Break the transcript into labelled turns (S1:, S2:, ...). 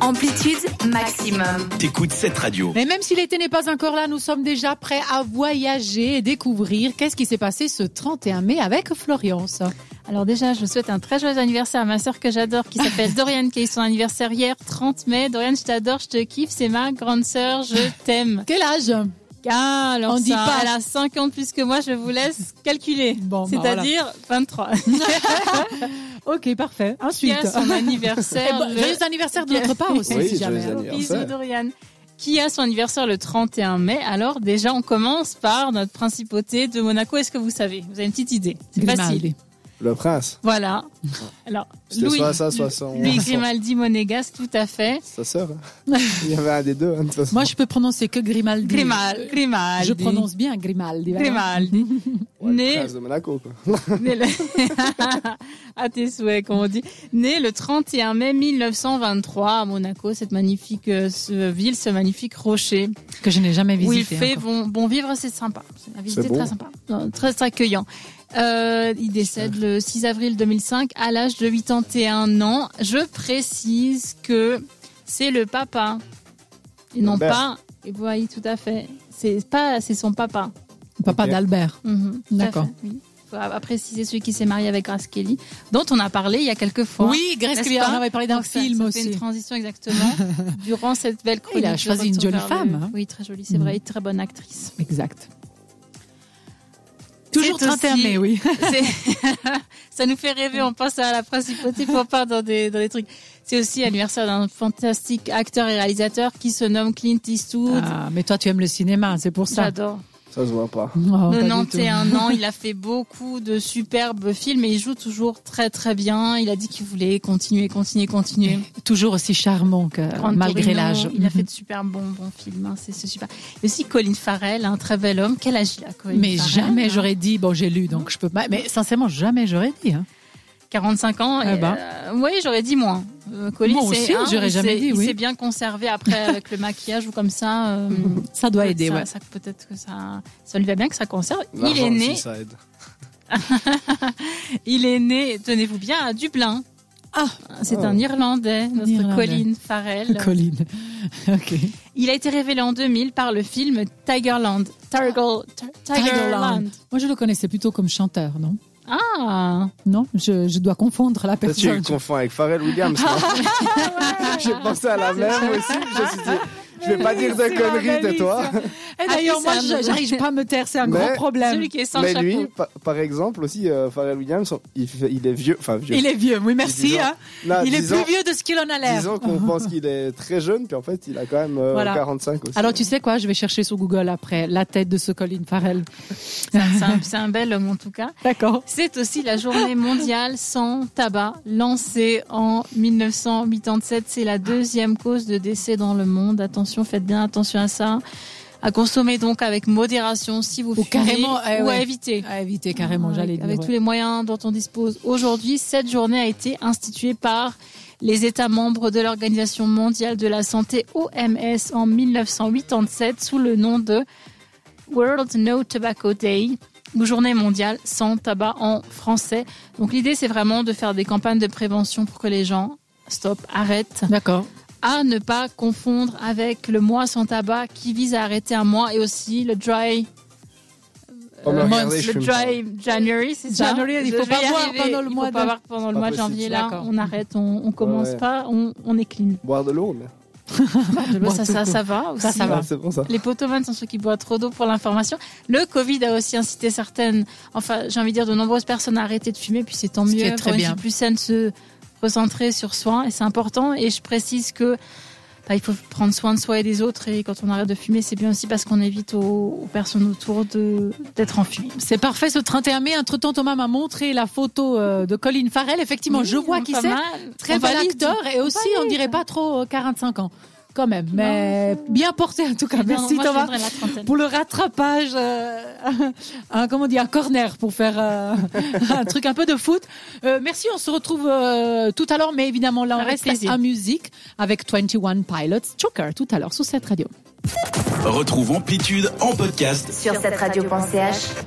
S1: Amplitude maximum.
S2: T'écoutes cette radio.
S3: Mais même si l'été n'est pas encore là, nous sommes déjà prêts à voyager et découvrir qu'est-ce qui s'est passé ce 31 mai avec Florian. ça.
S4: Alors déjà, je souhaite un très joyeux anniversaire à ma sœur que j'adore, qui s'appelle Dorian, qui a eu son anniversaire hier, 30 mai. Dorian, je t'adore, je te kiffe, c'est ma grande sœur, je t'aime.
S3: Quel âge
S4: Ah, alors
S3: On
S4: ça,
S3: dit pas.
S4: elle a 5 ans de plus que moi, je vous laisse calculer.
S3: Bon, bah,
S4: C'est-à-dire 23.
S3: Ah. Ok, parfait.
S4: Qui
S3: Ensuite.
S4: a son
S3: Eh
S4: anniversaire
S3: ben,
S4: le-
S3: joyeux anniversaire de notre part aussi,
S5: Oui,
S3: si jamais.
S5: joyeux
S4: Bisous
S5: anniversaire.
S4: Dorian. Qui a son anniversaire le 31 mai Alors déjà, on commence par notre principauté de Monaco. Est-ce que vous savez Vous avez une petite idée C'est facile.
S3: Grimaldi.
S5: Le prince.
S4: Voilà. Alors,
S5: C'était
S4: Louis,
S5: soit ça, soit son-
S4: Louis Grimaldi Monégas, tout à fait.
S5: Sa sœur. hein. Il y avait un des deux. hein, de toute façon.
S3: Moi, je peux prononcer que Grimaldi.
S4: Grimal, Grimaldi.
S3: Je prononce bien Grimaldi. voilà.
S4: Grimaldi.
S5: Ouais,
S4: né-
S5: le prince de Monaco. Quoi.
S4: né le... à tes souhaits, comme on dit. Né le 31 mai 1923 à Monaco, cette magnifique euh, ce- ville, ce magnifique rocher.
S3: Que je n'ai jamais
S4: où
S3: visité.
S4: il fait
S3: encore.
S4: bon, bon vivre, c'est sympa. C'est un visite
S5: bon.
S4: très sympa, Non, très, très accueillant. Euh, il décède le 6 avril 2005 à l'âge de 81 ans. Je précise que c'est le papa et non
S5: Lambert.
S4: pas. Et vous voyez tout à fait. C'est pas, c'est son papa.
S3: Papa
S5: Ok.
S3: d'Albert.
S4: Mhm, tout à
S3: D'accord.
S4: fait, oui. Faut à- à préciser celui qui s'est marié avec Grace Kelly, dont on a parlé il y a quelques fois.
S3: Oui, Grace
S4: N'est-ce
S3: Kelly, on
S4: pas
S3: avait parlé d'un
S4: Donc ça-
S3: film
S4: ça fait
S3: aussi.
S4: une transition exactement durant cette belle chronique.
S3: a
S4: de
S3: choisi une
S4: Retour
S3: jolie
S4: vers le-
S3: femme, hein.
S4: Oui, très jolie, c'est
S3: Mhm.
S4: vrai, et très bonne actrice.
S3: Exact. Toujours
S4: C'est
S3: 31 mai,
S4: aussi-
S3: oui.
S4: C'est- ça nous fait rêver, on pense à la principauté, puis on part dans des, dans des trucs. C'est aussi l'anniversaire d'un fantastique acteur et réalisateur qui se nomme Clint Eastwood.
S3: Ah, mais toi, tu aimes le cinéma, c'est pour ça.
S4: J'adore.
S5: Ça, je vois pas.
S3: Non, pas du tout.
S4: 91 ans, il a fait beaucoup de superbes films et il joue toujours très très bien. Il a dit qu'il voulait continuer, continuer, continuer.
S3: Toujours aussi charmant que
S4: Grand
S3: malgré
S4: Torino,
S3: l'âge.
S4: Il a fait de super bons, bons films, hein, c'est c'est super. Et aussi Colin Farrell, un très bel homme. Quel âge il a, Colin
S3: Mais
S4: Farrell, hein
S3: jamais j'aurais dit, bon j'ai lu donc je peux pas, mais sincèrement jamais j'aurais dit. hein.
S4: 45 ans.
S3: Eh
S4: et,
S3: ben.
S4: euh, oui, j'aurais dit moins. Euh, Colin,
S3: Moi aussi,
S4: c'est un,
S3: j'aurais
S4: il
S3: jamais
S4: s'est-
S3: dit,
S4: Il
S3: oui.
S4: s'est bien conservé après avec le maquillage ou comme ça. euh,
S3: Ça Mm-hmm. doit aider,
S4: ça-
S3: ouais.
S4: ça- Peut-être que ça, ça lui va bien que ça conserve. Il
S5: L'argent
S4: est né,
S5: aussi, ça aide.
S4: il est né, tenez-vous bien, à Dublin.
S3: Ah.
S4: c'est
S5: Oh.
S4: un Irlandais, notre
S3: Irlandais.
S4: Colin Farrell.
S3: Colline. ok.
S4: Il a été révélé en 2000 par le film Tigerland. Tiger- Ti- Tigerland.
S3: Moi je le connaissais plutôt comme chanteur, non
S4: Ah,
S3: Non, je, je dois confondre la
S5: Peut-être tu
S3: personne.
S5: le confonds avec Pharrell Williams. non J'ai pensé à la même aussi. Je me suis dit, je vais pas dire de conneries de toi.
S3: Et Eh, d'ailleurs
S4: Ah
S3: moi
S4: oui, c'est un
S3: je-
S4: nouveau.
S3: j'arrive pas à me taire, c'est un
S5: Mais-
S3: grand problème.
S4: celui qui est sans
S5: Mais
S4: chapeau.
S5: lui, pa- par exemple, aussi, euh, Pharrell Williams, il, fait- il est vieux. Enfin, vieux.
S3: Il est vieux, oui merci.
S5: Disons-
S3: hein.
S5: Non,
S3: Il est
S5: disons-
S3: plus vieux de ce qu'il en a l'air.
S5: Disons qu'on pense qu'il est très jeune, puis en fait, il a quand même euh,
S3: Voilà.
S5: 45 aussi.
S3: Alors tu sais quoi, je vais chercher sur Google après la tête de ce Colin Farrell.
S4: c'est un- c'est un- c'est un bel homme en tout cas.
S3: D'accord.
S4: C'est aussi la journée mondiale sans tabac, lancée en 1987. C'est la deuxième cause de décès dans le monde. Attention, faites bien attention à ça. À consommer donc avec modération si vous
S3: Ou
S4: fumez
S3: carrément, eh
S4: ou à
S3: ouais.
S4: éviter.
S3: À éviter carrément, j'allais
S4: avec,
S3: dire.
S4: Avec tous les moyens dont on dispose aujourd'hui, cette journée a été instituée par les États membres de l'Organisation mondiale de la santé OMS en 1987 sous le nom de World No Tobacco Day ou Journée mondiale sans tabac en français. Donc l'idée c'est vraiment de faire des campagnes de prévention pour que les gens stop, arrêtent
S3: D'accord.
S4: à ne pas confondre avec le mois sans tabac qui vise à arrêter un mois et aussi le dry
S5: Oh, mais
S4: euh,
S5: regardez, je
S4: le
S5: fume pas.
S4: dry January, c'est ça.
S3: January, il
S4: Je
S3: faut
S4: vais
S3: pas
S4: y
S3: boire
S4: arriver.
S3: pendant le
S4: Il faut
S3: mois
S4: pas
S3: de-
S4: boire pendant
S5: C'est
S4: le
S5: pas
S4: mois de
S5: possible.
S4: janvier là,
S3: D'accord.
S4: on arrête, on, on commence
S5: ouais.
S4: pas, on, on est clean.
S5: Boire de l'eau, mais.
S4: De l'eau,
S3: Boire
S4: ça,
S3: tout
S4: ça,
S3: court.
S4: ça va aussi.
S3: Ça, ça va.
S5: Ah, C'est bon ça.
S4: Les potomanes sont ceux qui boivent trop d'eau pour l'information. Le Covid a aussi incité certaines, enfin, j'ai envie de dire de nombreuses personnes à arrêter de fumer, puis c'est tant
S3: Ce
S4: mieux.
S3: qui est
S4: avoir
S3: très
S4: une
S3: bien.
S4: vie plus saine, se recentrer sur soi, et c'est important. Et je précise que bah, il faut prendre soin de soi et des autres, et quand on arrête de fumer, c'est bien aussi parce qu'on évite aux, aux personnes autour de d'être en fumée.
S3: C'est parfait ce 31 mai. Entre-temps, Thomas m'a montré la photo euh, de Colin Farrell. Effectivement, je vois qui c'est. Très bel acteur et aussi, on dirait pas trop euh, 45 ans. Quand même, mais bien porté en tout cas.
S4: Eh
S3: Merci Thomas pour le rattrapage. euh, un, comment on dit, un corner pour faire euh, un truc un peu de foot. Euh, merci, on se retrouve euh, tout à l'heure, mais évidemment là on
S4: Avec
S3: reste
S4: plaisir.
S3: à musique avec 21 Pilots Choker tout à l'heure sous cette radio.
S2: Retrouve Amplitude en podcast
S1: Sur cette radio.ch.